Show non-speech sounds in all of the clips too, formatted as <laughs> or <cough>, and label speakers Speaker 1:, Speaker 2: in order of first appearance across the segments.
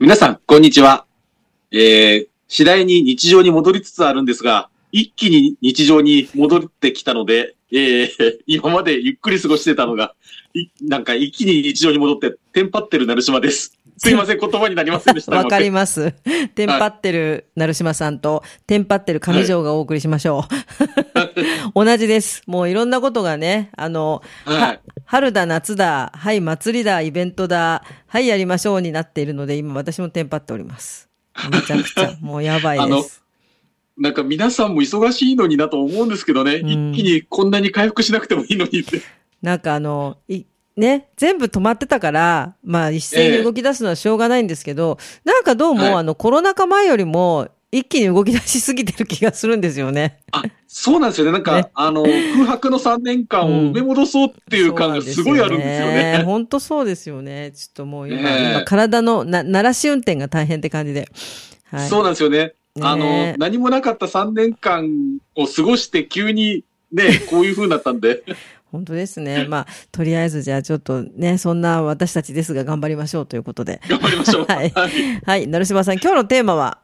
Speaker 1: 皆さん、こんにちは。えー、次第に日常に戻りつつあるんですが、一気に日常に戻ってきたので、えー、今までゆっくり過ごしてたのが、いなんか一気に日常に戻って、テンパってる成島です。すいません、言葉になり <laughs> ませんでし
Speaker 2: <laughs>
Speaker 1: た。
Speaker 2: わかります。テンパってる成島さんと、テンパってる上条がお送りしましょう。 <laughs> 同じです。もういろんなことがね、あの、
Speaker 1: はい
Speaker 2: は春だ、夏だ、はい、祭りだ、イベントだ、はい、やりましょうになっているので、今私もテンパっております。めちゃくち
Speaker 1: <laughs>
Speaker 2: ゃ、もうやばいです。
Speaker 1: なんか皆さんも忙しいのになと思うんですけどね、
Speaker 2: ん
Speaker 1: 一気にこんなに回復しなくてもいいのに
Speaker 2: <laughs>
Speaker 1: って。
Speaker 2: なんかあの、いね、全部止まってたから、まあ一斉に動き出すのはしょうがないんですけど、なんかどうも、
Speaker 1: はい
Speaker 2: あの、コロナ禍前よりも、一気に動き出しすぎてる気がするんですよね。
Speaker 1: あ、そうなんですよね。なんか、
Speaker 2: ね
Speaker 1: あの、空白の3年間を埋め戻そうっていう感がすごいあるんですよね。
Speaker 2: 本当そうですよね。ちょっともう今、
Speaker 1: ねえ
Speaker 2: 今体のな、慣らし運転が大変って感じで。はい。
Speaker 1: そうなんですよね。
Speaker 2: ね
Speaker 1: あの、何もなかった3年間を過ごして急に
Speaker 2: <laughs>
Speaker 1: ね、こういう風になったんで、 <laughs>
Speaker 2: 本当ですね。 <laughs> まあ、とりあえずじゃあちょっとね、そんな私たちですが頑張りましょうということで。
Speaker 1: 頑張りましょう。
Speaker 2: はい
Speaker 1: はい。
Speaker 2: はい。成島さん、今日のテーマは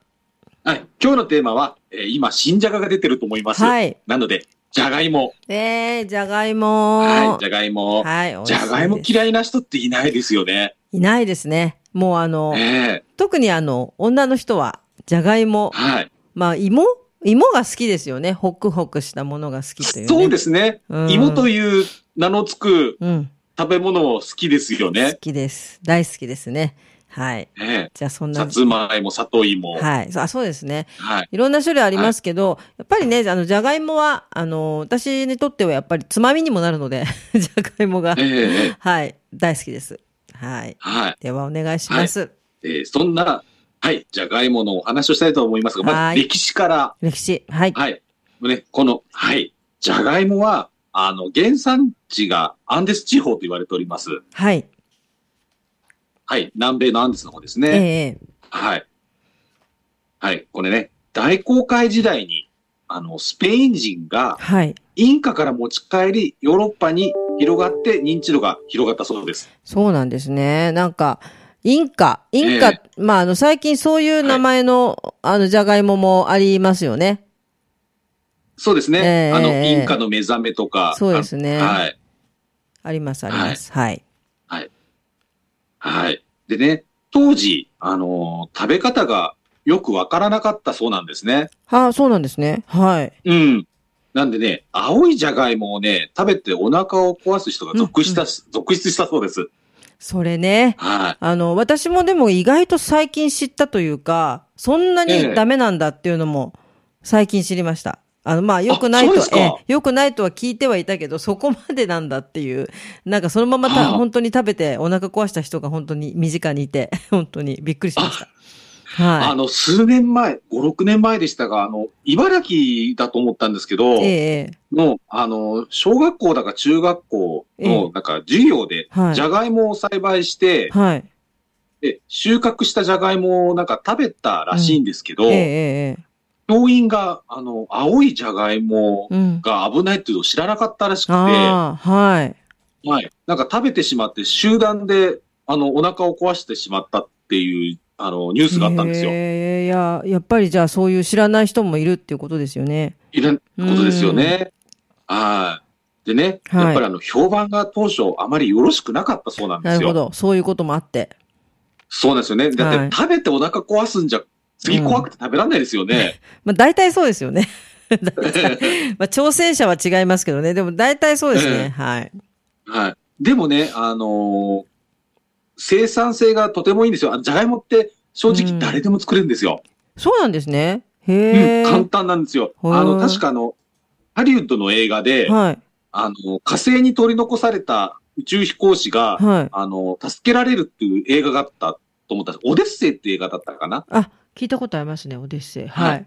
Speaker 1: はい今日のテーマは、えー今、新じゃがが出てると思います。
Speaker 2: はい。
Speaker 1: なので、じゃがいも。
Speaker 2: えー、じゃがいも。
Speaker 1: はい、じゃがいも。
Speaker 2: はい。美味し
Speaker 1: じ
Speaker 2: いで
Speaker 1: ゃ
Speaker 2: す
Speaker 1: がいも嫌いな人っていないですよね。
Speaker 2: いないですね。もうあの、
Speaker 1: ええ
Speaker 2: 特にあの、女の人は、じゃがいも、
Speaker 1: はい。
Speaker 2: まあ、芋芋が好きですよね。ホクホクしたものが好きという、ね。
Speaker 1: そうですね。
Speaker 2: うん
Speaker 1: 芋という名のつく
Speaker 2: うん。
Speaker 1: 食べ物を好きですよ
Speaker 2: 好
Speaker 1: ね。
Speaker 2: きです。大好きですね。はい。
Speaker 1: ええ
Speaker 2: じゃあそんな。
Speaker 1: さつまいも、里芋。はい。
Speaker 2: はい。そうあそうですね。いろんな種類ありますけど、やっぱりね、あの、じゃがいもは、あの、私にとってはやっぱりつまみにもなるので、 <laughs> じゃがいもが
Speaker 1: え、えええ
Speaker 2: はい、大好きです。はい。
Speaker 1: はい。
Speaker 2: ではお願いします。
Speaker 1: えーそんな、はい、じゃがいものお話をしたいと思いますが、
Speaker 2: は
Speaker 1: ま
Speaker 2: い
Speaker 1: ず歴史から、
Speaker 2: 歴史。はい。
Speaker 1: はい、ね、この、はい、じゃがいもは、あの、原産地がアンデス地方と言われております。
Speaker 2: はい。
Speaker 1: はい、南米のアンデスの方です
Speaker 2: え
Speaker 1: ね。
Speaker 2: え
Speaker 1: はい。はい、これね、大航海時代に、あの、スペイン人が
Speaker 2: はい。
Speaker 1: インカから持ち帰り、ヨーロッパに広がって認知度が広がったそうです。
Speaker 2: そうなんですね。なんか、インカ、インカ、
Speaker 1: え
Speaker 2: まあ、あの、最近そういう名前の、あの、じゃがいももありますよね。
Speaker 1: そうですね。
Speaker 2: ええ
Speaker 1: あ
Speaker 2: え
Speaker 1: の、
Speaker 2: え
Speaker 1: インカの目覚めとか。
Speaker 2: そうですね
Speaker 1: あのはい。
Speaker 2: あります、あります。はい。
Speaker 1: はい。でね、当時、あのー食べ方がよくわからなかったそうなんですね。
Speaker 2: ああ、そうなんですね。はい。
Speaker 1: うん。なんでね、青いじゃがいもをね、食べてお腹を壊す人が続出した、続出したそうです。
Speaker 2: それね。
Speaker 1: はい。
Speaker 2: あの、私もでも意外と最近知ったというか、そんな
Speaker 1: え
Speaker 2: に
Speaker 1: え
Speaker 2: ダメなんだっていうのも最近知りました。あの、まあ、良くないと
Speaker 1: そうですか
Speaker 2: は、ええ良くないとは聞いてはいたけど、そこまでなんだっていう、なんかそのままた、
Speaker 1: はあ
Speaker 2: 本当に食べてお腹壊した人が本当に身近にいて、 <laughs> 本当にびっくりしました。
Speaker 1: あ
Speaker 2: は
Speaker 1: の、数年前、5、6年前でしたが、あの、茨城だと思ったんですけど、
Speaker 2: い。ええええ
Speaker 1: の、あの、小学校だか中学校
Speaker 2: ええ
Speaker 1: の、なんか授業で、
Speaker 2: はい
Speaker 1: じゃがいもを栽培して、
Speaker 2: はい。
Speaker 1: で収穫したじゃがいもをなんか食べたらしいんですけど、
Speaker 2: えええええ
Speaker 1: 教員が、あの、青いじゃがいも
Speaker 2: えうん。
Speaker 1: が危ないっていうのを知らなかったらしくて、は
Speaker 2: ああ、はい。
Speaker 1: い。なんか食べてしまって、集団で、あの、お腹を壊してしまったっていう、あの、ニュースがあったんですよ。
Speaker 2: ええいや、やっぱりじゃあそういう知らない人もいるっていうことですよね。
Speaker 1: いろんなことですよね。はい。でね、
Speaker 2: はい
Speaker 1: やっぱりあの、評判が当初あまりよろしくなかったそうなんで
Speaker 2: な
Speaker 1: す
Speaker 2: るほ
Speaker 1: よ。
Speaker 2: ど。そういうこともあって。
Speaker 1: そうなんですよね。だって、
Speaker 2: はい
Speaker 1: 食べてお腹壊すんじゃ、次怖くて食べられないですよね。
Speaker 2: まあ大体そうですよね。 <laughs> 大体まあ挑戦者は違いますけどね。でも大体そうですね。
Speaker 1: ええ
Speaker 2: はい。
Speaker 1: はい。でもね、あのー生産性がとてもいいんですよ。あのじゃがいもって正
Speaker 2: うん
Speaker 1: 直誰でも作れるんですよ。
Speaker 2: そうなんですね。
Speaker 1: うん、
Speaker 2: へえ。
Speaker 1: 簡単なんですよ。
Speaker 2: へー
Speaker 1: あの、確かあの、ハリウッドの映画で、
Speaker 2: はい。
Speaker 1: あの、火星に取り残された宇宙飛行士が、
Speaker 2: はい。
Speaker 1: あの、助けられるっていう映画があったと思ったんです。オデッセイって映画だったかな。
Speaker 2: あ、聞いたことありますね、オデッセイ。はい。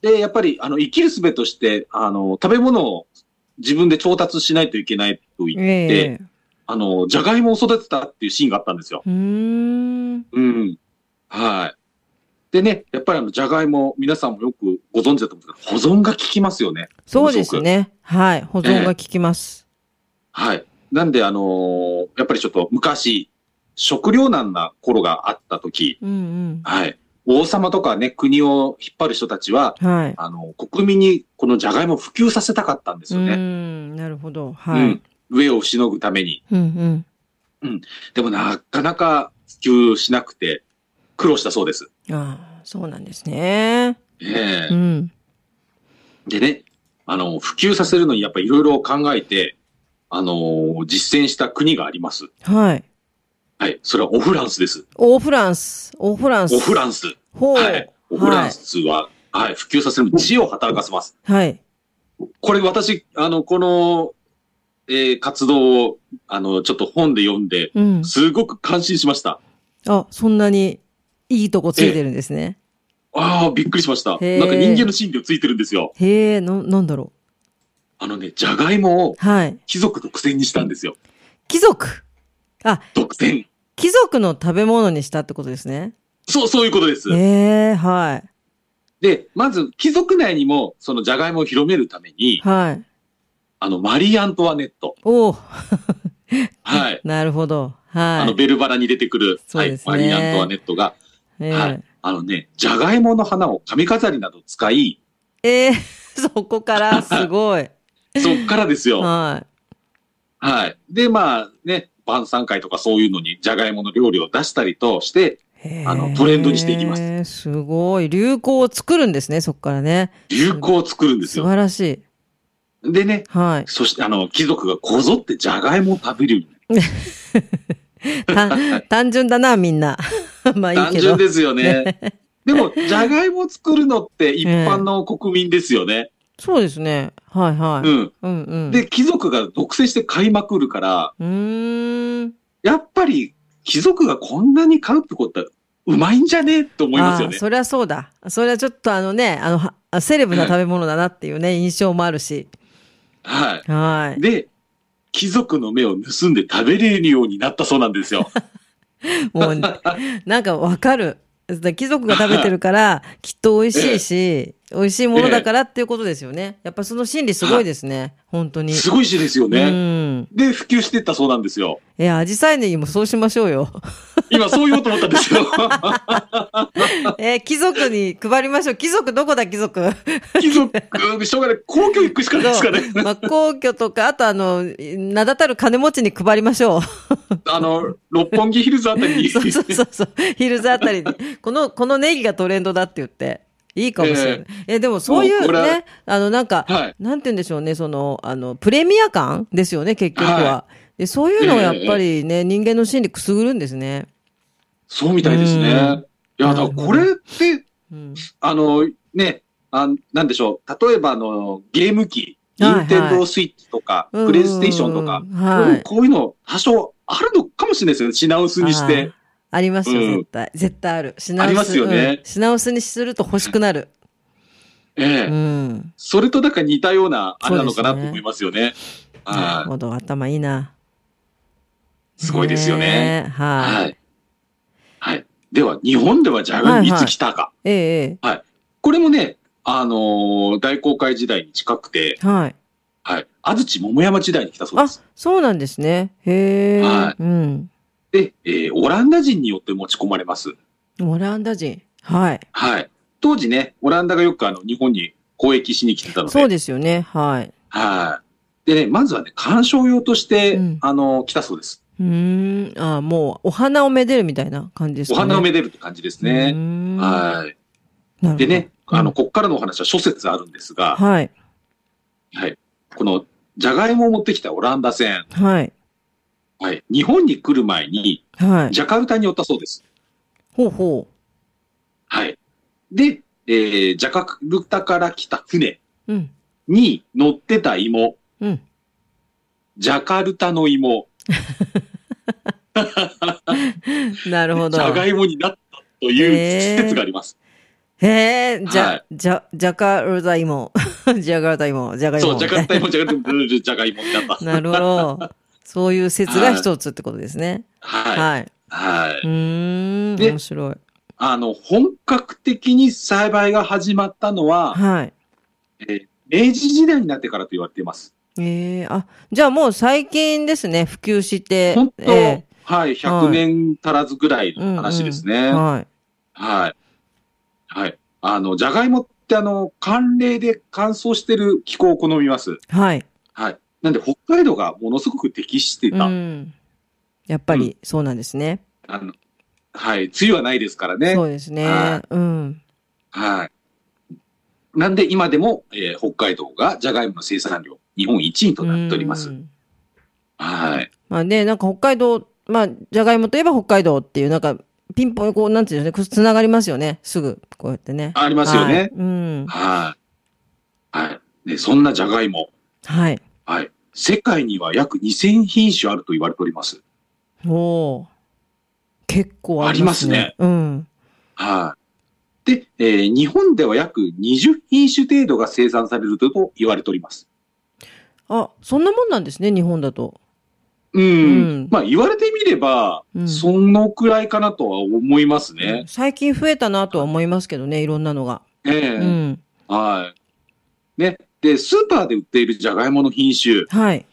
Speaker 1: で、やっぱり、あの、生きる術として、あの、食べ物を自分で調達しないといけないと言って、
Speaker 2: ええ
Speaker 1: あの、じゃがいもを育てたっていうシーンがあったんですよ。
Speaker 2: うーん。
Speaker 1: うん。はい。でね、やっぱりあの、じゃがいも、皆さんもよくご存知だと思うんですけど、保存が効きますよね。
Speaker 2: そうですね。はい。保存が効きます。
Speaker 1: はい。なんで、あのーやっぱりちょっと昔、食糧難な頃があった時、
Speaker 2: うん
Speaker 1: はい。王様とかね、国を引っ張る人たちは、
Speaker 2: うん。はい。
Speaker 1: あの、国民にこのジャガイモを普及させたかったんです
Speaker 2: う
Speaker 1: よね。
Speaker 2: ん。なるほど。
Speaker 1: うん。
Speaker 2: はい。うん
Speaker 1: 飢えをしのぐために。
Speaker 2: うん。
Speaker 1: でもなかなか普及しなくて、苦労したそうです。
Speaker 2: ああ、そうなんですね。
Speaker 1: ええ
Speaker 2: うん。
Speaker 1: でね、あの、普及させるのにやっぱいろいろ考えて、あのー実践した国があります。
Speaker 2: はい。
Speaker 1: はい。それはオフランスです。
Speaker 2: オーフランス。オーフランス。
Speaker 1: オフラ
Speaker 2: ンス。
Speaker 1: ンス。
Speaker 2: ほう。
Speaker 1: はい。オフランスは、はい、普及させる知恵を働かせます。
Speaker 2: はい。
Speaker 1: これ私、あの、この、えー活動を、あの、ちょっと本で読んで、
Speaker 2: うん。
Speaker 1: すごく感心しました。
Speaker 2: あ、そんなにいいとこついてるんですね。
Speaker 1: ああ、びっくりしました。なん
Speaker 2: へー
Speaker 1: か人間の心理をついてるんですよ。
Speaker 2: へえ、の、なんだろ
Speaker 1: あのね、じゃがいもを
Speaker 2: う。はい。
Speaker 1: 貴族独占にしたんですよ。
Speaker 2: 貴族。あ、
Speaker 1: 独占。
Speaker 2: 貴族の食べ物にしたってことですね。
Speaker 1: そう、そういうことです。
Speaker 2: ええ、は
Speaker 1: で、まず、貴族内にも、そのじゃがいもを広めるため
Speaker 2: い。
Speaker 1: に、
Speaker 2: はい。
Speaker 1: あの、マリー・アントワネット。
Speaker 2: おお。
Speaker 1: はい。
Speaker 2: なるほど。
Speaker 1: あ
Speaker 2: は
Speaker 1: の、
Speaker 2: い。
Speaker 1: ベルバラに出てくる、
Speaker 2: そう
Speaker 1: はい
Speaker 2: で、すね
Speaker 1: マリー・アントワネットが、
Speaker 2: え
Speaker 1: は
Speaker 2: ー
Speaker 1: いあのね、じゃがいもの花を髪飾りなど使い、
Speaker 2: えーそこからすごい。
Speaker 1: <laughs> そっからですよ。
Speaker 2: は
Speaker 1: はい。で、まあね、晩餐会とかそういうのにじゃがいもの料理を出したりとして、
Speaker 2: い。へ。
Speaker 1: あのトレンドにしていきます
Speaker 2: すごい。流行を作るんですね、そこからね。
Speaker 1: 流行を作るんです
Speaker 2: 素
Speaker 1: よ。
Speaker 2: 晴らしい。
Speaker 1: でね、
Speaker 2: はい。
Speaker 1: そしてあの、貴族がこぞってじゃがいもを食べるようになる
Speaker 2: た単純だな、みんな。 <laughs> まあいい
Speaker 1: 単
Speaker 2: け
Speaker 1: 純
Speaker 2: ど。
Speaker 1: です
Speaker 2: <laughs>
Speaker 1: よね。でも、じゃがいもを作るのって一般の国民ですよね。
Speaker 2: そうですね。はいは
Speaker 1: う
Speaker 2: い。
Speaker 1: ん。
Speaker 2: うんうん。
Speaker 1: で、貴族が独占して買いまくるから、
Speaker 2: うーん。
Speaker 1: やっぱり貴族がこんなに買うってことはうまいんじゃねって思いますよ
Speaker 2: あ
Speaker 1: ね
Speaker 2: あ。そりゃそうだ。それはちょっとあのね、あのは、あセレブな食べ物だなっていうね、印象もあるし。
Speaker 1: はい。
Speaker 2: はい。
Speaker 1: で、貴族の目を盗んで食べれるようになったそうなんですよ。
Speaker 2: も
Speaker 1: <laughs>
Speaker 2: う、なんかわかる。で貴族が食べてる
Speaker 1: <laughs>
Speaker 2: から、きっと美味しいし、美味しいものだからっていうことですよね。やっぱその心理すごいですね。本当に。
Speaker 1: すごい詩ですよ
Speaker 2: う
Speaker 1: ね。
Speaker 2: ん。
Speaker 1: で、普及していったそうなんですよ。
Speaker 2: いや、アジサイネギもそうしましょう
Speaker 1: <laughs>
Speaker 2: よ。
Speaker 1: 今、そう言おうと思ったんですよ。 <laughs>
Speaker 2: えー貴族に配りましょう。貴族どこだ、貴族。
Speaker 1: 貴族、しょうがない。皇居行くしかないですか <laughs> ね。
Speaker 2: まあ、皇居とか、あとあの、名だたる金持ちに配りまし
Speaker 1: <laughs>
Speaker 2: ょう。
Speaker 1: あの、六本木ヒルズあたりに。
Speaker 2: そうそうそうそう。ヒルズあたりに。この、このネギがトレンドだって言って。いいかもしれない。えでもそうい
Speaker 1: もう
Speaker 2: う
Speaker 1: これは
Speaker 2: ね、あの、なんか、
Speaker 1: はい
Speaker 2: なんて言うんでしょうね、その、あの、プレミア感ですよね、結局は。
Speaker 1: は
Speaker 2: でそういうのをやっぱりね、人間の心理くすぐるんですね。
Speaker 1: そうみたいです
Speaker 2: うん
Speaker 1: ね。いや、だからこれって、
Speaker 2: うん。
Speaker 1: あの、ね、あなんでしょう。例えば、あの、ゲーム機、
Speaker 2: はいは
Speaker 1: 任
Speaker 2: い
Speaker 1: 天堂スイッチとか、プレイステーションとか
Speaker 2: うん、は
Speaker 1: うん
Speaker 2: い。
Speaker 1: こういうの、多少あるのかもしれないですよね。品薄にして。
Speaker 2: あー。ありますよ、
Speaker 1: うん
Speaker 2: 絶対。絶対ある。品薄。
Speaker 1: ありますよ
Speaker 2: うん
Speaker 1: ね
Speaker 2: 品薄にすると欲しくなる。
Speaker 1: ええ
Speaker 2: うん。
Speaker 1: それとなんか似たようなあれなのかなと思いますよね。
Speaker 2: なる
Speaker 1: は
Speaker 2: ほど、頭いいな。
Speaker 1: い。すごいですよね。
Speaker 2: え。は。
Speaker 1: はいい。はい。では、日本ではじゃがいもいつ来たか。
Speaker 2: ええ
Speaker 1: これもね、あのー大航海時代に近く
Speaker 2: え
Speaker 1: て、
Speaker 2: えはい。
Speaker 1: はい。安土桃山時代に来たそうです。
Speaker 2: そうなんですね。へえ。
Speaker 1: は
Speaker 2: うん。
Speaker 1: で、えーオランダ人によって持ち込まれます。
Speaker 2: オランダ人。はい。
Speaker 1: はい。当時ね、オランダがよくあの、日本に交易しに来てたので。
Speaker 2: そうですよね。はい。
Speaker 1: はい。でね、まずはね、鑑賞用として、
Speaker 2: うん
Speaker 1: あのー来たそうです。
Speaker 2: うーん。あーもう、お花をめでるみたいな感じです
Speaker 1: お
Speaker 2: かね。
Speaker 1: 花をめでるって感じですね。
Speaker 2: は
Speaker 1: はい。
Speaker 2: い。なるほど
Speaker 1: でね、あの、
Speaker 2: うん
Speaker 1: こっからのお話は諸説あるんですが、
Speaker 2: はい。
Speaker 1: はい。この、じゃがいもを持ってきたオランダ船、
Speaker 2: はい。
Speaker 1: はい。日本に来る前に、
Speaker 2: はい。
Speaker 1: ジャカルタに寄ったそうです。
Speaker 2: ほうほ
Speaker 1: はい。で、えー、ジャカルタから来た船
Speaker 2: う。うん。
Speaker 1: に乗ってた芋、
Speaker 2: うん。
Speaker 1: ジャカルタの芋。
Speaker 2: なるほど。
Speaker 1: じゃがいもになったという施設があります。
Speaker 2: へえ、じゃ、
Speaker 1: はい
Speaker 2: じゃ、ジャカルダイモ。 <laughs> ジャガルダイモ、ジャガイモ。
Speaker 1: そう、ジャカルタイモ、ジャガルタイモ、
Speaker 2: <laughs>
Speaker 1: じゃがいもになった。 <laughs>
Speaker 2: なるほど。そういう説が一つってことですね。
Speaker 1: はい。
Speaker 2: はい。
Speaker 1: は
Speaker 2: う
Speaker 1: い。
Speaker 2: ーん、
Speaker 1: で
Speaker 2: 面白い。
Speaker 1: あの、本格的に栽培が始まったのは、
Speaker 2: はい。
Speaker 1: えー明治時代になってからと言われています。
Speaker 2: ええあ、じゃあもう最近ですね、普及して。
Speaker 1: 本当、
Speaker 2: え
Speaker 1: はい、100年足らずぐらいの話ですね。
Speaker 2: えはい。
Speaker 1: はい。はい。あの、じゃがいもってあの、寒冷で乾燥してる気候を好みます。
Speaker 2: はい。
Speaker 1: はい。なんで、北海道がものすごく適していうた。
Speaker 2: ん。やっぱりそうなんですね。
Speaker 1: あの、はい。梅雨はないですからね
Speaker 2: そ。うですね
Speaker 1: は。
Speaker 2: うん。
Speaker 1: はい。なんで、今でも、えー北海道がじゃがいもの生産量、日本一位となっております
Speaker 2: う。ん
Speaker 1: はい。
Speaker 2: まあね、なんか北海道、まあ、じゃがいもといえば北海道っていう、なんか、ピンポン、こう、なんていうんですかね、つながりますよね。すぐ、こうやってね。
Speaker 1: ありますよ
Speaker 2: はい
Speaker 1: ね。
Speaker 2: うん。
Speaker 1: はい。はい。で、そんなじゃがいも、
Speaker 2: はい。
Speaker 1: はい。世界には約2000品種あると言われております。
Speaker 2: おおー。結構ありますね。うん。
Speaker 1: はい。で、えー日本では約20品種程度が生産されると言われております。
Speaker 2: あ、そんなもんなんですね、日本だと。
Speaker 1: うん。
Speaker 2: うん
Speaker 1: まあ、言われてみれば、
Speaker 2: うん
Speaker 1: そのくらいかなとは思いますね。
Speaker 2: 最近増えたなとは思いますけどね、いろんなのが。
Speaker 1: ええ
Speaker 2: うん。
Speaker 1: はい。ね。で、スーパーで売っているジャガイモの品種。
Speaker 2: はい。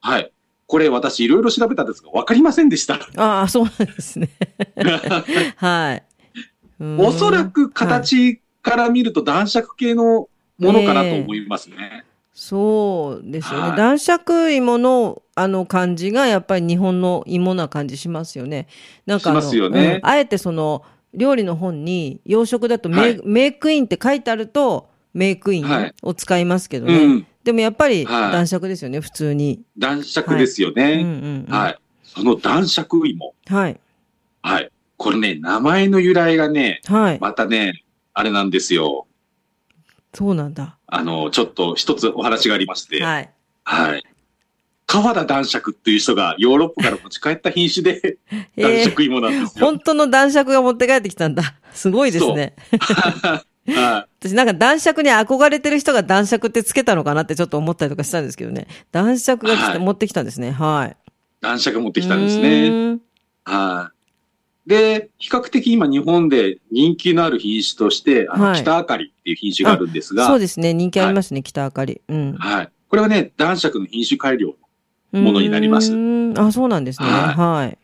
Speaker 1: はい。これ私いろいろ調べたんですが、わかりませんでした。
Speaker 2: ああ、そうなんです
Speaker 1: <laughs>
Speaker 2: ね。はい。うん
Speaker 1: おそらく形から見ると男爵系のものかなと思いますね。
Speaker 2: そうですよ
Speaker 1: は
Speaker 2: ね。
Speaker 1: い
Speaker 2: 男爵芋のあの感じがやっぱり日本の芋な感じしますよね。なんかあの
Speaker 1: しますよね
Speaker 2: うんあえてその料理の本に洋食だとメ,、
Speaker 1: はい
Speaker 2: メイクインって書いてあるとメイクイン
Speaker 1: はい
Speaker 2: を使いますけどね。
Speaker 1: うん。
Speaker 2: でもやっぱり
Speaker 1: はい
Speaker 2: 男爵ですよね、普通に。
Speaker 1: 男爵ですよ
Speaker 2: うん
Speaker 1: ね。
Speaker 2: うんうん
Speaker 1: はい。その男爵芋。
Speaker 2: はい。
Speaker 1: はい。これね、名前の由来がね、
Speaker 2: はい。
Speaker 1: またね、あれなんですよ。
Speaker 2: そうなんだ。
Speaker 1: あの、ちょっと一つお話がありまして、はい。
Speaker 2: はい。
Speaker 1: 川田男爵っていう人がヨーロッパから持ち帰った品種で
Speaker 2: え
Speaker 1: 男
Speaker 2: ー
Speaker 1: 爵芋なんですよ。
Speaker 2: 本当の男爵が持って帰ってきたんだ。 <laughs> すごいですね。
Speaker 1: は
Speaker 2: 私なんか男爵に憧れてる人が男爵ってつけたのかなってちょっと思ったりとかしたんですけどね。男爵が来て、
Speaker 1: はい
Speaker 2: 持ってきたんですね。はい。
Speaker 1: い。男爵持って
Speaker 2: で
Speaker 1: きたんですね。はい。で、比較的今日本で人気のある品種として、あの、
Speaker 2: はい
Speaker 1: 北あかりっていう品種があるんですが、
Speaker 2: そうですね。人気ありますね、北あかり。うん。
Speaker 1: はい。これはね、男爵の品種改良。ものになります
Speaker 2: うーんあ、そうなんですね。は。
Speaker 1: はい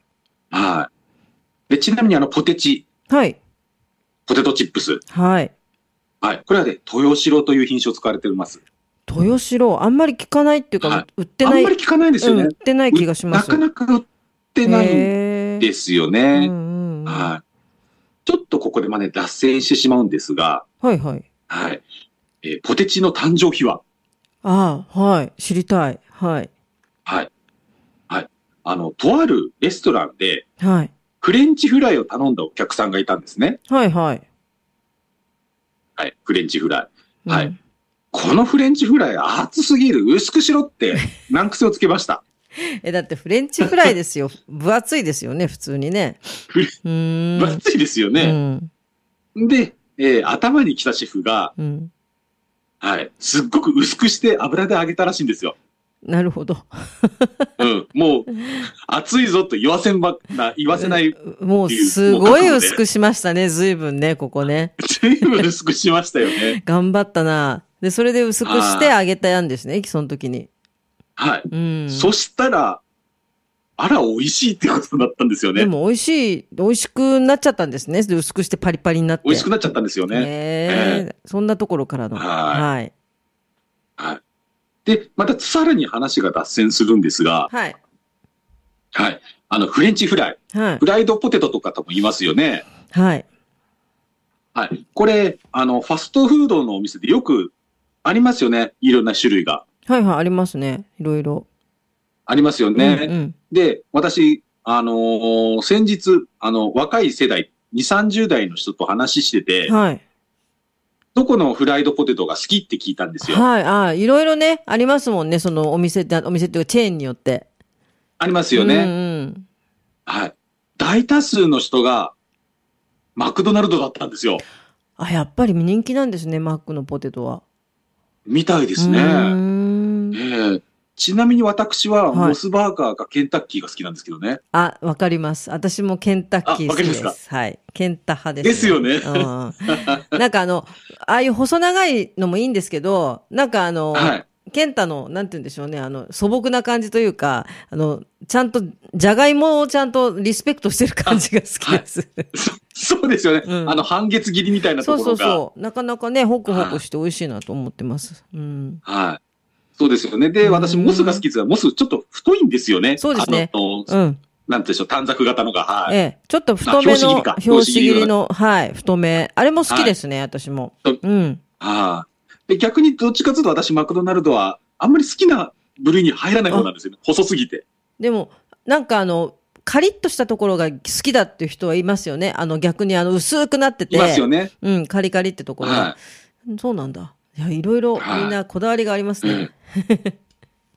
Speaker 1: はい。で、ちなみにあの、ポテチ、
Speaker 2: はい。
Speaker 1: ポテトチップス。
Speaker 2: はい。
Speaker 1: はい。これはね、豊城という品種を使われております。
Speaker 2: 豊城、あんまり聞かないっていうか、
Speaker 1: はい
Speaker 2: 売ってない。
Speaker 1: あんまり聞かないですよ
Speaker 2: うん
Speaker 1: ね
Speaker 2: 売っ。てない気がします。
Speaker 1: なか
Speaker 2: か
Speaker 1: なか売ってないんですよ
Speaker 2: うん
Speaker 1: ね。
Speaker 2: うんうんは
Speaker 1: はい。ちょっとここでまあね、脱線してしまうんですが、
Speaker 2: いはい。
Speaker 1: はい。えーポテチの誕生秘話。
Speaker 2: ああ、はい。知りたい。はい。
Speaker 1: はい。はい。あの、とあるレストランで、
Speaker 2: はい。
Speaker 1: フレンチフライを頼んだお客さんがいたんですね。
Speaker 2: はいはい。
Speaker 1: はい。フレンチフライ。
Speaker 2: うん
Speaker 1: はい。このフレンチフライ熱すぎる、薄くしろ
Speaker 2: <laughs>
Speaker 1: って、難癖をつけました。
Speaker 2: え、だってフレンチフライですよ。 <laughs> 分厚いですよね、普通にね。
Speaker 1: フレ
Speaker 2: うーん。
Speaker 1: 分厚いですよ
Speaker 2: う
Speaker 1: ね。
Speaker 2: ん。
Speaker 1: で、えー頭に来たシェフが、
Speaker 2: うん。
Speaker 1: はい。すっごく薄くして油で揚げたらしいんですよ。
Speaker 2: なるほど。
Speaker 1: うん。もう、熱いぞと言わせんば、な言わせない、
Speaker 2: もうすごい薄くしましたね、随分ね、ここね。
Speaker 1: 全部薄くしましたよね。
Speaker 2: 頑張ったな。で、それで薄くしてあげたんですね、その時に。
Speaker 1: はい。
Speaker 2: うん。
Speaker 1: そしたら、あら、美味しいってことになったんですよ
Speaker 2: で
Speaker 1: ね。
Speaker 2: も美味しい、美味しくなっちゃったんですね。で薄くしてパリパリになって。
Speaker 1: 美味しくなっちゃったんですよね。
Speaker 2: ねえそんなところからの。
Speaker 1: はい
Speaker 2: はい。
Speaker 1: はい。で、またさらに話が脱線するんですが、
Speaker 2: はい。
Speaker 1: はい。あの、フレンチフライ。
Speaker 2: はい
Speaker 1: フ。ライドポテトとかとも言いますよね。
Speaker 2: はい。
Speaker 1: はい。これ、あの、ファストフードのお店でよくありますよね。いろんな種類が。
Speaker 2: はいはい、ありますね。いろいろ。
Speaker 1: ありますよね。
Speaker 2: うんうん。
Speaker 1: で、私、あのー先日、あの、若い世代、2、30代の人と話してて、
Speaker 2: はい。
Speaker 1: どこのフライドポテトが好きって聞いたんですよ。
Speaker 2: はい、ああ、いろいろね、ありますもんね、そのお店って、お店っていうかチェーンによって。
Speaker 1: ありますよ
Speaker 2: うん
Speaker 1: ね。
Speaker 2: うん
Speaker 1: はい。大多数の人が、マクドナルドだったんですよ。
Speaker 2: あ、やっぱり人気なんですね、マックのポテトは。
Speaker 1: みたいで
Speaker 2: ですう
Speaker 1: ね。え
Speaker 2: ーん
Speaker 1: えちなみに私は、
Speaker 2: はい
Speaker 1: モスバーガーかケンタッキーが好きなんですけどね。
Speaker 2: あ、わかります。私もケンタッキー好きです。
Speaker 1: あわかりま
Speaker 2: はい。ケンタ派です、
Speaker 1: ですよ
Speaker 2: うん。なんかあの、ああいう細長いのもいいんですけど、なんかあの、
Speaker 1: はい。
Speaker 2: ケンタの、なんて言うんでしょうね、あの、素朴な感じというか、あの、ちゃんと、じゃがいもをちゃんとリスペクトしてる感じが好きです。
Speaker 1: そそうですよね。
Speaker 2: うん
Speaker 1: あの、半月切りみたいなと
Speaker 2: そう
Speaker 1: こ
Speaker 2: そ
Speaker 1: ろ
Speaker 2: う
Speaker 1: が。
Speaker 2: そう。なかなかね、ホクホクして美味しいなと思ってます。うん。
Speaker 1: はい。そうですよね。で、
Speaker 2: うん
Speaker 1: 私、モスが好きですが、モスちょっと太いんですよね。
Speaker 2: そうですね
Speaker 1: あの、
Speaker 2: うん。
Speaker 1: なんて言うんでしょう、短冊型のが。はい。
Speaker 2: ええ。ちょっと太め
Speaker 1: あ拍子切
Speaker 2: の
Speaker 1: りか、
Speaker 2: 表紙切りの、はい、太め。あれも好きですね、私も。
Speaker 1: そう
Speaker 2: うん。
Speaker 1: はい。で、逆にどっちかというと私、マクドナルドは、あんまり好きな部類に入らない方なんですよね。細すぎて。
Speaker 2: でも、なんかあの、カリッとしたところが好きだっていう人はいますよね。あの、逆にあの、薄くなってて。
Speaker 1: いますよね。
Speaker 2: うん、カリカリってところが。
Speaker 1: は
Speaker 2: そうなんだ。いや、いろいろ
Speaker 1: はい
Speaker 2: みんなこだわりがあります
Speaker 1: い。
Speaker 2: ね。
Speaker 1: え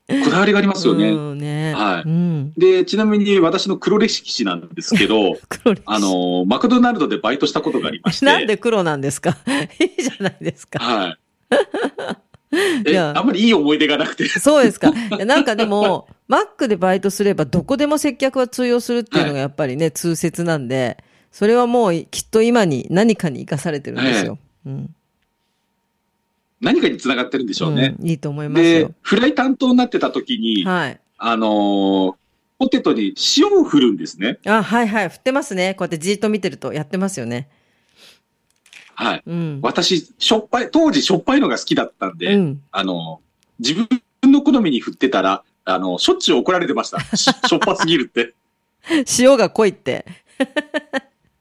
Speaker 1: えこだわりがありますよね。
Speaker 2: うんね。
Speaker 1: はい
Speaker 2: うん。
Speaker 1: で、ちなみに私の黒歴史なんです
Speaker 2: <laughs>
Speaker 1: けど、
Speaker 2: 黒歴史
Speaker 1: あのー、マクドナルドでバイトしたことがありまして。
Speaker 2: なんで黒なんですか <laughs> いいじゃないですか。 <laughs>
Speaker 1: は
Speaker 2: い
Speaker 1: い。え、
Speaker 2: や
Speaker 1: あんまりいい思い出がなくて。 <laughs>
Speaker 2: そうですか。いやなんかでも、マックでバイトすればどこでも接客は通用するっていうのがやっぱりね、通説なんで、それはもうきっと今に何かに生かされてるんですよ。うん。
Speaker 1: 何かに繋がってるんでしょうね。
Speaker 2: うんいいと思います
Speaker 1: で
Speaker 2: よ。、
Speaker 1: フライ担当になってた時に、
Speaker 2: はい。
Speaker 1: あのーポテトに塩を振るんですね。
Speaker 2: あ、はいはい。振ってますね。こうやってじーっと見てるとやってますよね。
Speaker 1: はい。
Speaker 2: うん。
Speaker 1: 私、しょっぱい、当時しょっぱいのが好きだったんで、
Speaker 2: うん。
Speaker 1: あのー自分の好みに振ってたら、あのーしょっちゅう怒られてました。
Speaker 2: <laughs>
Speaker 1: ししょっぱすぎるって。
Speaker 2: 塩が濃いって。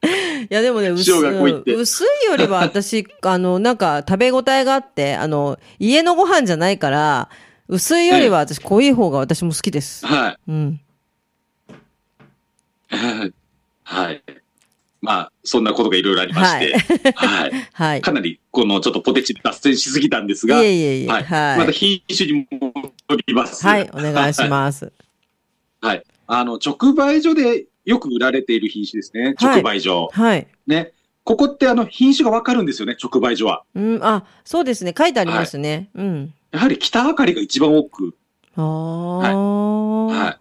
Speaker 2: <laughs> いやでもね、薄
Speaker 1: 塩が濃いって
Speaker 2: 薄いよりは
Speaker 1: <laughs>
Speaker 2: 私、あの、なんか食べ応えがあって、あの、家のご飯じゃないから、薄いよりは私、濃い方が私も好きです。
Speaker 1: はい。
Speaker 2: うん。
Speaker 1: はい。まあ、そんなことがいろいろありまして、はい。
Speaker 2: はい。い
Speaker 1: かなり、このちょっとポテチに脱線しすぎたんですが、
Speaker 2: えいえいえ。は。
Speaker 1: はいい。
Speaker 2: は
Speaker 1: また
Speaker 2: い、
Speaker 1: 品種に戻ります。
Speaker 2: お願いします。
Speaker 1: はい。あの、直売所でよく売られている品種ですね。
Speaker 2: はい
Speaker 1: 直売所。
Speaker 2: はい。
Speaker 1: ね。ここってあの、品種がわかるんですよね、直売所は。
Speaker 2: うん、あ、そうですね。書いてありますね。うん。
Speaker 1: やはり北あかりが一番多く。
Speaker 2: ああ、
Speaker 1: はい。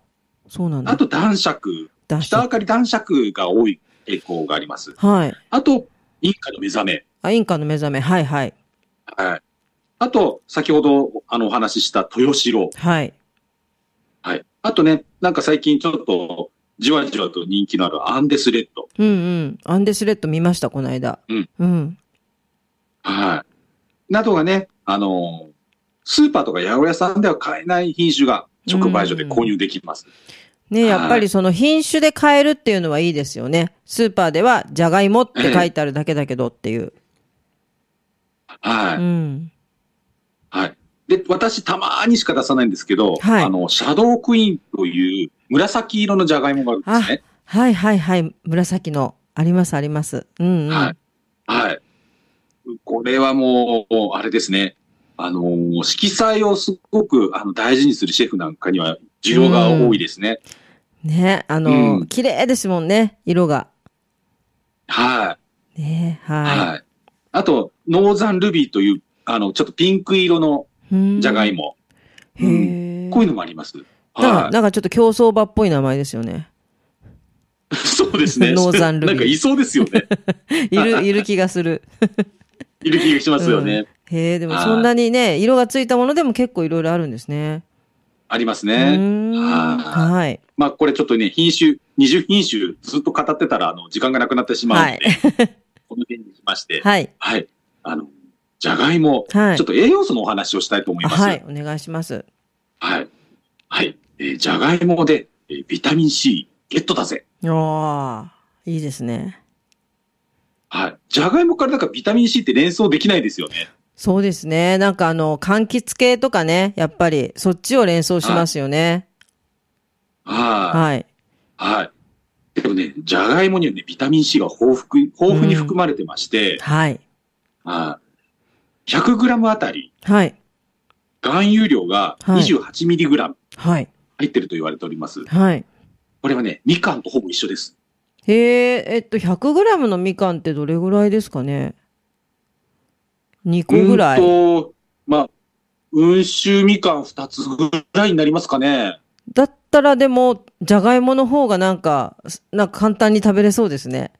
Speaker 2: そうなんだ。
Speaker 1: あと男爵。
Speaker 2: だし
Speaker 1: 北あかり男爵が多い傾向があります。
Speaker 2: はい。
Speaker 1: あと、インカの目覚め。
Speaker 2: あ、インカの目覚め。はいはい。
Speaker 1: はい。あと、先ほどあのお話しした豊城。
Speaker 2: はい。
Speaker 1: はい。あとね、なんか最近ちょっと、じわじわと人気のあるアンデスレッド。
Speaker 2: うんうん。アンデスレッド見ました、この間。
Speaker 1: うん。
Speaker 2: うん。
Speaker 1: はい。などがね、あのースーパーとか八百屋さんでは買えない品種が直売所で購入できます。
Speaker 2: ね、
Speaker 1: はい
Speaker 2: やっぱりその品種で買えるっていうのはいいですよね。スーパーでは、じゃがいもって書いてあるだけだけどっていう。
Speaker 1: はい。
Speaker 2: うん。
Speaker 1: はい。で、私たまーにしか出さないんですけど、
Speaker 2: はい
Speaker 1: あの、シャドークイーンという紫色のジャガイモがあるんですね。
Speaker 2: はいはいはい。紫の。ありますあります。うんうん。
Speaker 1: はい。はい。これはもう、あれですね。あのー色彩をすごくあの大事にするシェフなんかには需要が多いですね。
Speaker 2: ね、あ
Speaker 1: う
Speaker 2: の、
Speaker 1: ん
Speaker 2: 綺麗ですもんね、色が。
Speaker 1: はい。
Speaker 2: ね、は
Speaker 1: はい。あと、ノーザンルビーという、あの、ちょっとピンク色の
Speaker 2: い。
Speaker 1: ジャガイ
Speaker 2: も。
Speaker 1: モ。
Speaker 2: へえ。
Speaker 1: こういうのもあります。
Speaker 2: なんか
Speaker 1: は
Speaker 2: なんかちょっと競走馬っぽい名前ですよね。
Speaker 1: い。 <laughs> そうですね。
Speaker 2: <laughs> ノーザンルビー
Speaker 1: なんかいそうです
Speaker 2: <laughs>
Speaker 1: よね。
Speaker 2: いる、いる気がする。
Speaker 1: いる気がしますよね。
Speaker 2: へえ、でも
Speaker 1: はい
Speaker 2: そんなにね、色がついたものでも結構いろいろあるんですね。
Speaker 1: あります
Speaker 2: う
Speaker 1: ね。
Speaker 2: ーん
Speaker 1: はい
Speaker 2: はい。
Speaker 1: まあ、これちょっとね、品種、20品種ずっと語ってたら、あの、時間がなくなってしまうので、この辺にしまして、はい。
Speaker 2: はい。
Speaker 1: あの、じゃがいも、
Speaker 2: はい
Speaker 1: ちょっと栄養素のお話をしたいと思い
Speaker 2: あ
Speaker 1: ます。
Speaker 2: は
Speaker 1: はいい。、
Speaker 2: お願いします。
Speaker 1: はい。えーじゃがいもで、えービタミン C ゲットだぜ。
Speaker 2: ああ、いいですね。
Speaker 1: はい。じゃがいもからなんかビタミン C って連想できないですよね。
Speaker 2: そうですね。なんかあの、柑橘系とかね、やっぱり、そっちを連想しますよね。
Speaker 1: は
Speaker 2: はい。
Speaker 1: い。はい。でもね、じゃがいもにはね、ビタミン C が豊富、豊富に含まれてまして、
Speaker 2: はい。
Speaker 1: はい。100g あたり、
Speaker 2: はい。
Speaker 1: 含有量が
Speaker 2: はい
Speaker 1: 28mg
Speaker 2: はい。
Speaker 1: 入ってると言われております。
Speaker 2: はい。
Speaker 1: これはね、みかんとほぼ一緒です。
Speaker 2: へえ、えっと、100グラムのみかんってどれぐらいですかね ?2 個ぐらい。
Speaker 1: うーんと、まあ、温州みかん二つぐらいになりますかね。
Speaker 2: だったらでも、じゃがいもの方がなんか、すなんか簡単に食べれそうですね。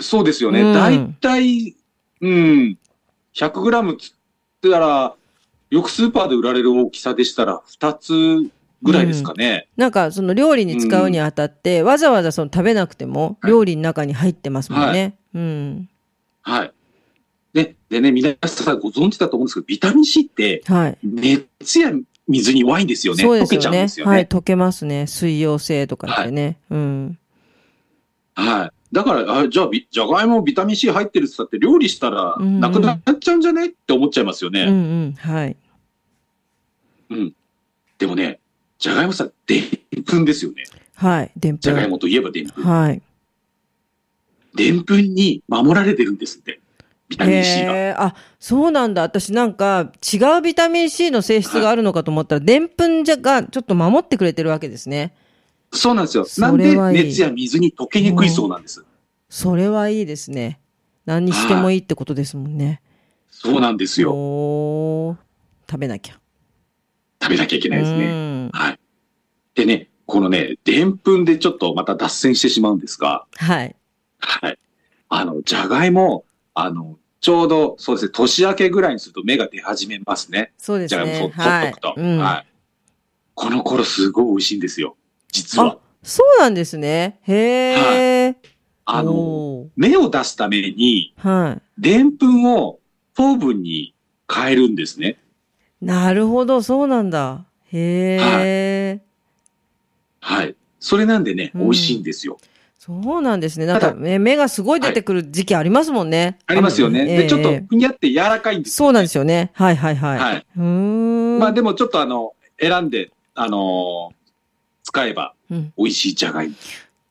Speaker 1: そうですよ
Speaker 2: うん
Speaker 1: ね。だいたい、うん、100グラムつったら、よくスーパーで売られる大きさでしたら、二つぐらいですかね。
Speaker 2: なんか、その料理に使うにあたって、わざわざその食べなくても、
Speaker 1: はい
Speaker 2: 料理の中に入ってますもんね。うん。
Speaker 1: はい。で、でね、皆さんご存知だと思うんですけど、ビタミン C って、
Speaker 2: はい。
Speaker 1: 熱や水に弱いんですよね。
Speaker 2: そうです
Speaker 1: 溶けちゃ
Speaker 2: よ
Speaker 1: うんで
Speaker 2: ね
Speaker 1: すよ
Speaker 2: はい、
Speaker 1: ね。
Speaker 2: 溶けますね。水溶性とかってね。うん。
Speaker 1: はい。だから、あじゃあ、ビじゃがいもビタミン C 入ってるって言ったって、料理したら、
Speaker 2: うんうん
Speaker 1: なくなっちゃうんじゃないって思っちゃいますよね。
Speaker 2: うんうん。はい。
Speaker 1: でもね、じゃがいもさ、でんぷんですよね。
Speaker 2: はい。でん
Speaker 1: じ
Speaker 2: ぷ
Speaker 1: ゃがい
Speaker 2: ん。
Speaker 1: もといえばでんぷん。
Speaker 2: はい。
Speaker 1: でんぷんに守られてるんですって。ビタミン C が。
Speaker 2: へーあ、そうなんだ。私なんか違うビタミン C の性質があるのかと思ったら、でんぷんじゃがちょっと守ってくれてるわけですね。
Speaker 1: そうなんですよ。
Speaker 2: そ
Speaker 1: なん
Speaker 2: れ
Speaker 1: で
Speaker 2: はいい
Speaker 1: 熱や水に溶けにくいそうなんです。
Speaker 2: それはいいですね。何にしてもいいってことですもんね。
Speaker 1: そうなんですよ。
Speaker 2: おー食べなきゃ。
Speaker 1: 食べなきゃいけないです
Speaker 2: う
Speaker 1: ね。
Speaker 2: ん
Speaker 1: はい。でね、このね、でんぷんでちょっとまた脱線してしまうんですが、
Speaker 2: はい。
Speaker 1: はい。あの、じゃがいも、あの、ちょうど、そうですね、年明けぐらいにすると芽が出始めますね。
Speaker 2: そうで
Speaker 1: じ
Speaker 2: す
Speaker 1: ゃがいもそ
Speaker 2: ね
Speaker 1: っ。
Speaker 2: は
Speaker 1: と
Speaker 2: い
Speaker 1: くと。。
Speaker 2: うん
Speaker 1: はい。この頃すごい美味しいんですよ。実
Speaker 2: あ
Speaker 1: は。、
Speaker 2: そうなんですね。へえ。
Speaker 1: あの、
Speaker 2: おー
Speaker 1: 芽を出すために、
Speaker 2: は
Speaker 1: でんぷんを糖分に変えるんですね。
Speaker 2: い。なるほど、そうなんだ。へえ。
Speaker 1: はい。それなんでね、
Speaker 2: うん
Speaker 1: 美味しいんですよ。
Speaker 2: そうなんですね。なんか
Speaker 1: ただ
Speaker 2: ね、目がすごい出てくる時期ありますもんね。
Speaker 1: ありますよね。
Speaker 2: の
Speaker 1: で、ちょっ
Speaker 2: え
Speaker 1: と
Speaker 2: え、
Speaker 1: ふにゃって柔らかいんです。
Speaker 2: そうなんですよね。はいはいはい。
Speaker 1: はいう
Speaker 2: ーん。
Speaker 1: まあでもちょっとあの、選んで、あのー使えば
Speaker 2: うん
Speaker 1: 美味しいじゃがいも。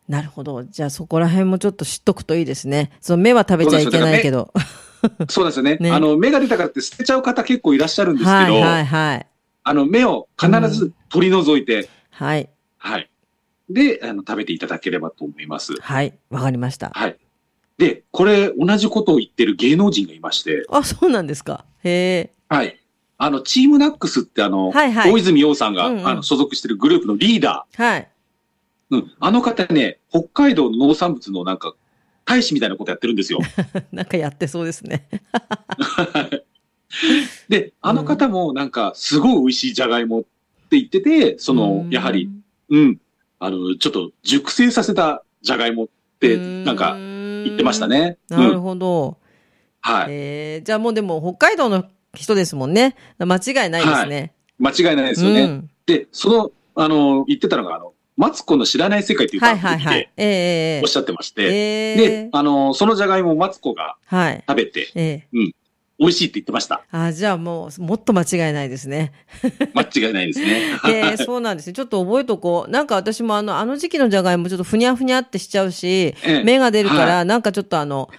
Speaker 2: なるほど。じゃあそこら辺もちょっと知っとくといいですね。その目は食べちゃいけないけど。
Speaker 1: そうなんですよね。
Speaker 2: <laughs> ね
Speaker 1: あの、芽が出たからって捨てちゃう方結構いらっしゃるんですけど、
Speaker 2: はいはいはい。
Speaker 1: あの、芽を必ず取り除いて、
Speaker 2: はい。
Speaker 1: はい。で、あの、食べていただければと思います。
Speaker 2: はい。わかりました。
Speaker 1: はい。で、これ、同じことを言ってる芸能人がいまして、
Speaker 2: あ、そうなんですか。へえ。
Speaker 1: はい。あの、チームナックスってあの、
Speaker 2: はいはい
Speaker 1: 大泉洋さんが、
Speaker 2: うんうん
Speaker 1: あの所属してるグループのリーダ
Speaker 2: はい。
Speaker 1: ー。うん。あの方ね、北海道の農産物のなんか、大使みたいなことやってる
Speaker 2: <laughs>
Speaker 1: んですよ。
Speaker 2: なんかやってそうですね。
Speaker 1: で、あの方もなんか、すごい美味しいじゃがいもって言ってて、その
Speaker 2: う、ん
Speaker 1: やはり、。うん。あの、ちょっと熟成させたじゃがいもって、なんか
Speaker 2: 言
Speaker 1: 言ってました。ね。う
Speaker 2: なる
Speaker 1: ん。
Speaker 2: ほど。
Speaker 1: はい。
Speaker 2: ええじゃあもうでも北海道の人ですもんね。間違いないですね。
Speaker 1: 間違いないですよ
Speaker 2: う
Speaker 1: ね。
Speaker 2: ん
Speaker 1: で、その、あの、言ってたのが、あの、マツコの知らない世界っていう
Speaker 2: は
Speaker 1: 番
Speaker 2: いはい
Speaker 1: 組
Speaker 2: はい
Speaker 1: で。
Speaker 2: ええええ
Speaker 1: おっしゃってまして、
Speaker 2: え
Speaker 1: で
Speaker 2: え、
Speaker 1: あの、そのじゃがいもをマツコが
Speaker 2: はい。
Speaker 1: 食べて、
Speaker 2: ええ
Speaker 1: 美味しいって言って
Speaker 2: <laughs>
Speaker 1: ました。
Speaker 2: あ、じゃあもう、もっと間違いないです
Speaker 1: <laughs>
Speaker 2: ね。
Speaker 1: 間違いないですね。
Speaker 2: ええそうなんですね。ちょっと覚えとこう。なんか私もあの、あの時期のじゃがいもちょっとふにゃふにゃってしちゃうし、
Speaker 1: <laughs> <laughs> ええ
Speaker 2: 芽が出るから、
Speaker 1: は
Speaker 2: なんかちょっとあの、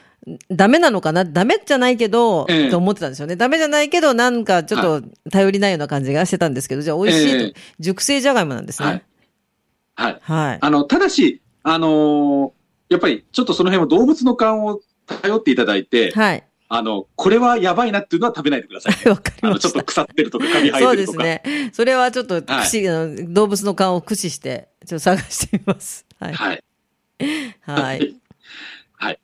Speaker 2: ダメなのかなダメじゃないけど、
Speaker 1: ええ
Speaker 2: と思ってたんですよね。ダメじゃないけど、なんかちょっと頼りないような感じがしてたんですけど、じゃあ美味しいと、
Speaker 1: ええ
Speaker 2: 熟成じゃがいもなんです
Speaker 1: はい
Speaker 2: ね。。
Speaker 1: はい。
Speaker 2: はい。
Speaker 1: あの、ただし、あのーやっぱりちょっとその辺は動物の勘を頼っていただいて、
Speaker 2: はい。 <laughs>
Speaker 1: あの、これはやばいなっていうのは食べないでくださいね。
Speaker 2: わ、かり
Speaker 1: あの、
Speaker 2: ま
Speaker 1: ちょ
Speaker 2: し
Speaker 1: っと
Speaker 2: た。
Speaker 1: 腐ってるとか、カビ生
Speaker 2: そう
Speaker 1: えて
Speaker 2: で
Speaker 1: ると
Speaker 2: す
Speaker 1: か。
Speaker 2: ね。それはちょっと、駆使、あの動物の勘を駆使して、ちょっと探してみます。はい。
Speaker 1: はい。
Speaker 2: はい。
Speaker 1: はい。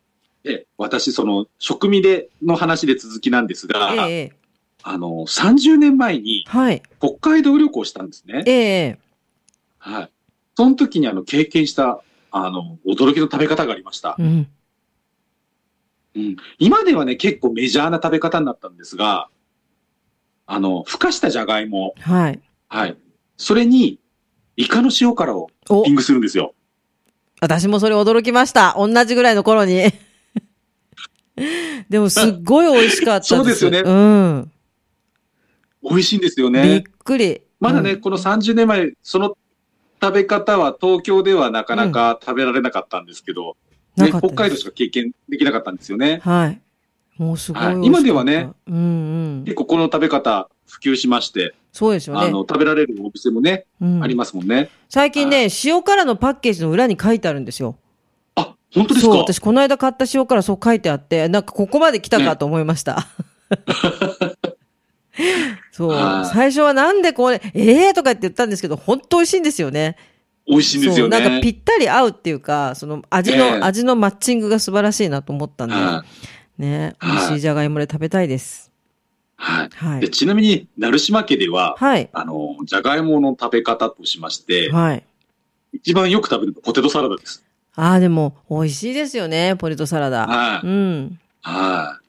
Speaker 1: で、私、その、食味で、の話で続きなんですが、
Speaker 2: ええ
Speaker 1: あの、30年前に
Speaker 2: はい。
Speaker 1: 北海道旅行したんですね。
Speaker 2: ええ
Speaker 1: はい。その時に、あの、経験した、あの、驚きの食べ方がありました。
Speaker 2: うん。
Speaker 1: うん。今ではね、結構メジャーな食べ方になったんですが、あの、ふかしたじゃがいも、
Speaker 2: はい。
Speaker 1: はい。それに、イカの塩辛をトッ
Speaker 2: お
Speaker 1: ピン、グするんですよ。
Speaker 2: 私もそれ驚きました。同じぐらいの頃に。 <laughs> でも、すっごい美味しかったです。
Speaker 1: そうですよね
Speaker 2: うん。
Speaker 1: 美味しいんですよ
Speaker 2: びっ
Speaker 1: ね。
Speaker 2: くり。
Speaker 1: まだね、
Speaker 2: うん
Speaker 1: この30年前、その食べ方は東京ではなかなか食べられなかったんですけど、
Speaker 2: な
Speaker 1: ね、
Speaker 2: かった
Speaker 1: 北
Speaker 2: です
Speaker 1: 海道しか経験できなかったんですよね。
Speaker 2: はい。もうすごい美味しかった
Speaker 1: はい今ではね。
Speaker 2: うんうん。
Speaker 1: 結構この食べ方、普及しまして、
Speaker 2: そうですよ
Speaker 1: あ
Speaker 2: ね
Speaker 1: の、。食べられるお店もね、
Speaker 2: うん
Speaker 1: ありますもんね。
Speaker 2: 最近ね、塩辛のパッケージの裏に書いてあるんですよ。
Speaker 1: あ、本当です
Speaker 2: そう、
Speaker 1: か
Speaker 2: 私この間買った塩辛そう書いてあって、なんかここまで来たかと思いま
Speaker 1: <laughs>
Speaker 2: した。そう
Speaker 1: はい、
Speaker 2: 最初はなんでこれ、えーとかって言ったんですけど、本当美味しいんですよね。
Speaker 1: 美味しいんですよね。
Speaker 2: そう、なんかぴったり合うっていうか、その味の、
Speaker 1: ええ
Speaker 2: 味のマッチングが素晴らしいなと思ったんで、
Speaker 1: はい
Speaker 2: ね、美
Speaker 1: はい
Speaker 2: 味しいじゃがいもで食べたいです。
Speaker 1: はい
Speaker 2: はい
Speaker 1: で。ちなみに、成島家では、
Speaker 2: はい。
Speaker 1: あの、じゃがいもの食べ方としまして、
Speaker 2: はい。
Speaker 1: 一番よく食べるのはポテトサラダです。
Speaker 2: ああ、でも、美味しいですよね、ポテトサラダ。
Speaker 1: はい
Speaker 2: うん。
Speaker 1: はい。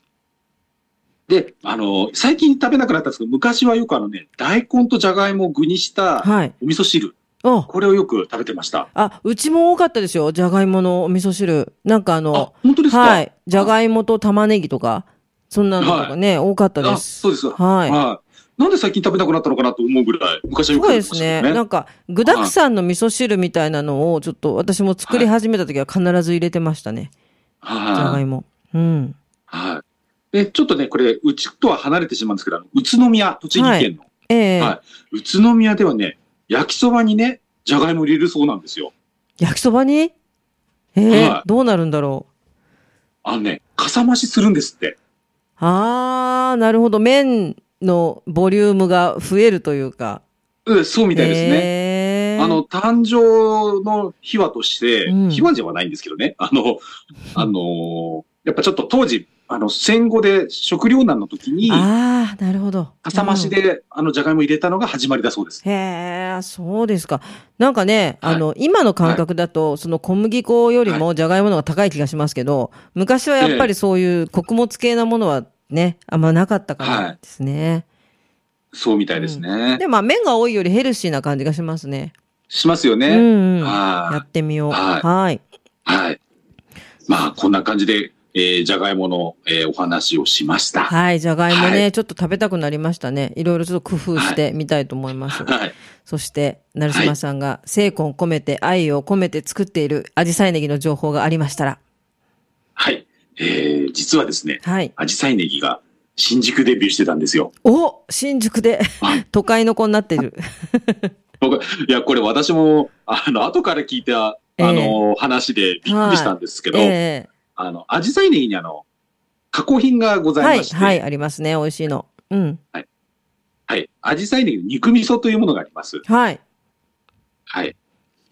Speaker 1: で、あの、最近食べなくなったんですけど、昔はよくあのね、大根とじゃがいもを具にした
Speaker 2: はい。
Speaker 1: お味噌汁、
Speaker 2: お
Speaker 1: これをよく食べてました。
Speaker 2: あ、うちも多かったですよ。じゃがいものお味噌汁。なんかあ
Speaker 1: あ
Speaker 2: の、、
Speaker 1: 本当ですか
Speaker 2: はい。じゃ
Speaker 1: い
Speaker 2: がいもと玉ねぎとか、そんなのとかね、多かったで
Speaker 1: あ、
Speaker 2: す。
Speaker 1: そうです。
Speaker 2: はい。
Speaker 1: い。なんで最近食べなくなったのかなと思うぐらい、昔
Speaker 2: そ
Speaker 1: はよく
Speaker 2: う
Speaker 1: 食べ
Speaker 2: で
Speaker 1: てますしたよ
Speaker 2: ね。
Speaker 1: ね。
Speaker 2: なんか、具沢山の味噌汁みたいなのを、ちょっと私も作り始めた時は必ず入れてましたね。じゃが
Speaker 1: はい
Speaker 2: いも。うん。
Speaker 1: はい。で、ちょっとね、これ、うちとは離れてしまうんですけど、あの宇都宮、栃木県の、
Speaker 2: ええ
Speaker 1: はい宇都宮ではね、焼きそばにね、じゃがいも入れるそうなんですよ。
Speaker 2: 焼きそばにええ
Speaker 1: はい
Speaker 2: どうなるんだろう。
Speaker 1: あのね、かさ増しするんですって。
Speaker 2: あー、なるほど。麺のボリュームが増えるというか。
Speaker 1: うん、そうみたいですね。
Speaker 2: ええ
Speaker 1: あの、、誕生の秘話として、
Speaker 2: うん
Speaker 1: 秘話ではないんですけどね。あの、あのーやっぱちょっと当時、あの、戦後で食糧難の時に、か
Speaker 2: あー、なるほど。
Speaker 1: さ増し
Speaker 2: うん。
Speaker 1: で、あの、じゃがいも入れたのが始まりだそうです。
Speaker 2: へえ、そうですか。なんかね、
Speaker 1: はい
Speaker 2: あの、今の感覚だと、その小麦粉よりもじゃがいもの方が高い気がしますけど、昔はやっぱりそういう穀物系なものはね、あんまなかったからですね。
Speaker 1: そうみたいですね。
Speaker 2: で、まあ麺が多いよりヘルシーな感じがしますね。
Speaker 1: しますよ
Speaker 2: う
Speaker 1: ね。
Speaker 2: んうん。や
Speaker 1: は
Speaker 2: ってみよう。
Speaker 1: はい
Speaker 2: はい。
Speaker 1: い。はい。まあ、こんな感じで、えー、じゃがいもの、えーお話をしました。は
Speaker 2: はい、じゃがいも
Speaker 1: は
Speaker 2: ね、ちょっと食べたくなりましたね。いろいろちょっと工夫してみたいと思います。
Speaker 1: い。
Speaker 2: そして、成島さんが、精魂込めて、愛を込めて作っている、アジサイネギの情報がありましたら、
Speaker 1: はい。えー、実はですね、
Speaker 2: はい。
Speaker 1: アジサイネギが新宿デビューしてたんですよ。
Speaker 2: お新宿で <laughs>
Speaker 1: はい、
Speaker 2: 都会の子になって
Speaker 1: <laughs>
Speaker 2: る。
Speaker 1: いや、これ私も、あの、後から聞いた、あ
Speaker 2: ええ
Speaker 1: の、話でびっくりしたんですけど、
Speaker 2: え
Speaker 1: あの、アジサイネギにあの、加工品がご
Speaker 2: え
Speaker 1: ざ
Speaker 2: はいい、
Speaker 1: まして、
Speaker 2: はい、ありますね。美味しいの。うん。
Speaker 1: はい。アジサイネギの肉味噌というものがあります。
Speaker 2: はい。
Speaker 1: はい。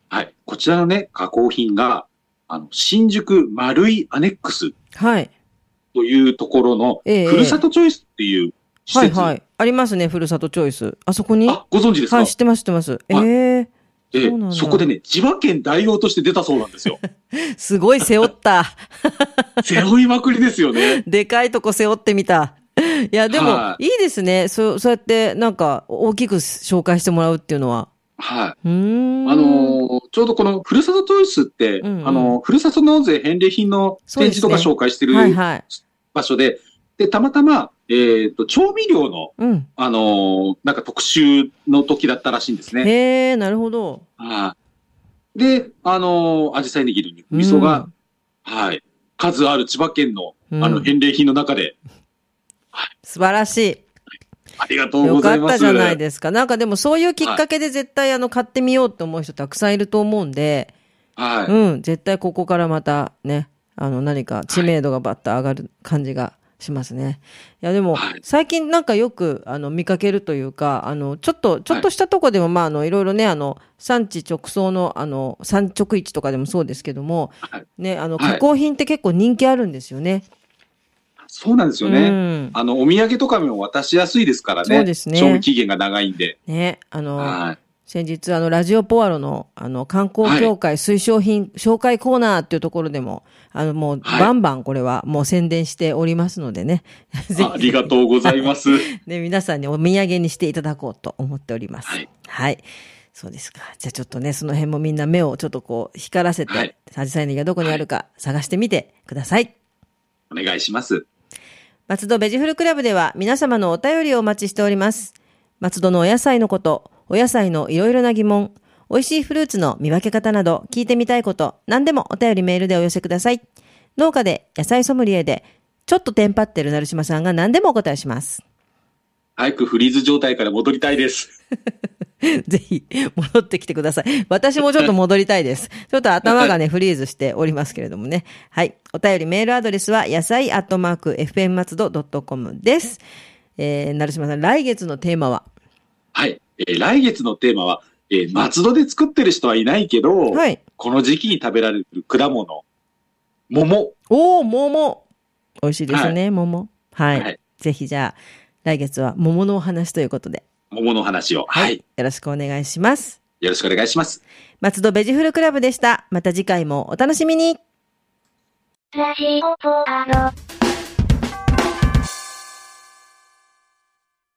Speaker 1: はい。こちらのね、加工品が、あの、新宿丸いアネックス
Speaker 2: はい。
Speaker 1: というところの、
Speaker 2: ええ
Speaker 1: ふるさとチョイスっていう施
Speaker 2: はい、
Speaker 1: 設。
Speaker 2: はい。ありますね、ふるさとチョイス。あそこに
Speaker 1: あ、ご存知ですか、
Speaker 2: はい、知ってます、知ってます。え
Speaker 1: はい
Speaker 2: え
Speaker 1: え
Speaker 2: そ
Speaker 1: え
Speaker 2: うなんだ
Speaker 1: そこでね、千葉県代表として出たそうなんです
Speaker 2: <laughs>
Speaker 1: よ。
Speaker 2: すごい背負った。 <laughs>
Speaker 1: 背負いまくりですよね。
Speaker 2: でかいとこ背負ってみた。 <laughs> いや、でも、、
Speaker 1: はい
Speaker 2: いですね。そう、そうやって、なんか、大きく紹介してもらうっていうのは。
Speaker 1: はい。
Speaker 2: うーん。
Speaker 1: あのーちょうどこのふるさとチョイスって、
Speaker 2: うんうん
Speaker 1: あのーふるさと納税返礼品の展示とか
Speaker 2: そう
Speaker 1: 紹介してる
Speaker 2: はいはい。
Speaker 1: 場所で、でたまたま、えーと、調味料の、
Speaker 2: うん。
Speaker 1: あのーなんか特集の時だったらしいんですね。
Speaker 2: へえ、なるほど。
Speaker 1: はいで、あのー、アジサイネギの肉味噌が、はい、数ある千葉県の、
Speaker 2: うん
Speaker 1: あの、返礼品の中で、
Speaker 2: 素晴らしい。
Speaker 1: ありがとう
Speaker 2: よ
Speaker 1: ござ
Speaker 2: か
Speaker 1: い
Speaker 2: っ
Speaker 1: ま
Speaker 2: た
Speaker 1: す。
Speaker 2: じゃないですか。なんかでもそういうきっかけで絶対あの買ってみようって思う人たくさんいると思うんで、
Speaker 1: はい。
Speaker 2: うん、絶対ここからまたね、あの何か知名度がバッと上がる感じがしますね。いやでも
Speaker 1: はい
Speaker 2: 最近なんかよくあの見かけるというか、あのちょっと、ちょっとしたとこでもまああのいろいろね、あの産地直送のあの産直市とかでもそうですけども
Speaker 1: はい、
Speaker 2: ね、あの
Speaker 1: はい
Speaker 2: 加工品って結構人気あるんですよね。
Speaker 1: そうなんですよ
Speaker 2: う
Speaker 1: ね。
Speaker 2: ん。
Speaker 1: あの、お土産とかにも渡しやすいですからね。
Speaker 2: そうですね
Speaker 1: 賞味期限が長いんで。
Speaker 2: ね、あの、
Speaker 1: はい。
Speaker 2: 先日、あの、ラジオポアロの、あの、観光協会推奨品紹介コーナーっていうところでも、あの、もう、
Speaker 1: はい
Speaker 2: バンバンこれはもう宣伝しておりますのでね。ぜ <laughs>
Speaker 1: あり
Speaker 2: ひ、
Speaker 1: がとうございます。
Speaker 2: ね、皆さんにお土産にしていただこうと思っております。は
Speaker 1: はいい。
Speaker 2: そうですか。じゃあちょっとね、その辺もみんな目をちょっとこう、光らせて、
Speaker 1: はい
Speaker 2: アジサイネギがどこにあるか探してみてください。
Speaker 1: お願いします。
Speaker 2: 松戸ベジフルクラブでは皆様のお便りをお待ちしております。松戸のお野菜のこと、お野菜のいろいろな疑問、美味しいフルーツの見分け方など聞いてみたいこと、何でもお便りメールでお寄せください。農家で野菜ソムリエで、ちょっとテンパってる成島さんが何でもお答えします。
Speaker 1: 早くフリーズ状態から戻りたいです。
Speaker 2: <laughs> ぜひ、戻ってきてください。私もちょっと戻りたい <laughs> です。ちょっと頭がね、フリーズしておりますけれどもね。はい。お便りメールアドレスは、野菜アットマーク、fm 松戸 .com です。えー、なるしまさん、来月のテーマは
Speaker 1: はい。えー来月のテーマは、えー松戸で作ってる人はいないけど、
Speaker 2: はい。
Speaker 1: この時期に食べられる果物、桃。
Speaker 2: おー、桃美味しいですね、桃。はい。
Speaker 1: はい
Speaker 2: ぜひじゃあ、来月は桃のお話ということで、
Speaker 1: 桃の話を。はい。
Speaker 2: よろしくお願いします。
Speaker 1: よろしくお願いします。
Speaker 2: 松戸ベジフルクラブでした。また次回もお楽しみに
Speaker 3: ラジオポアド。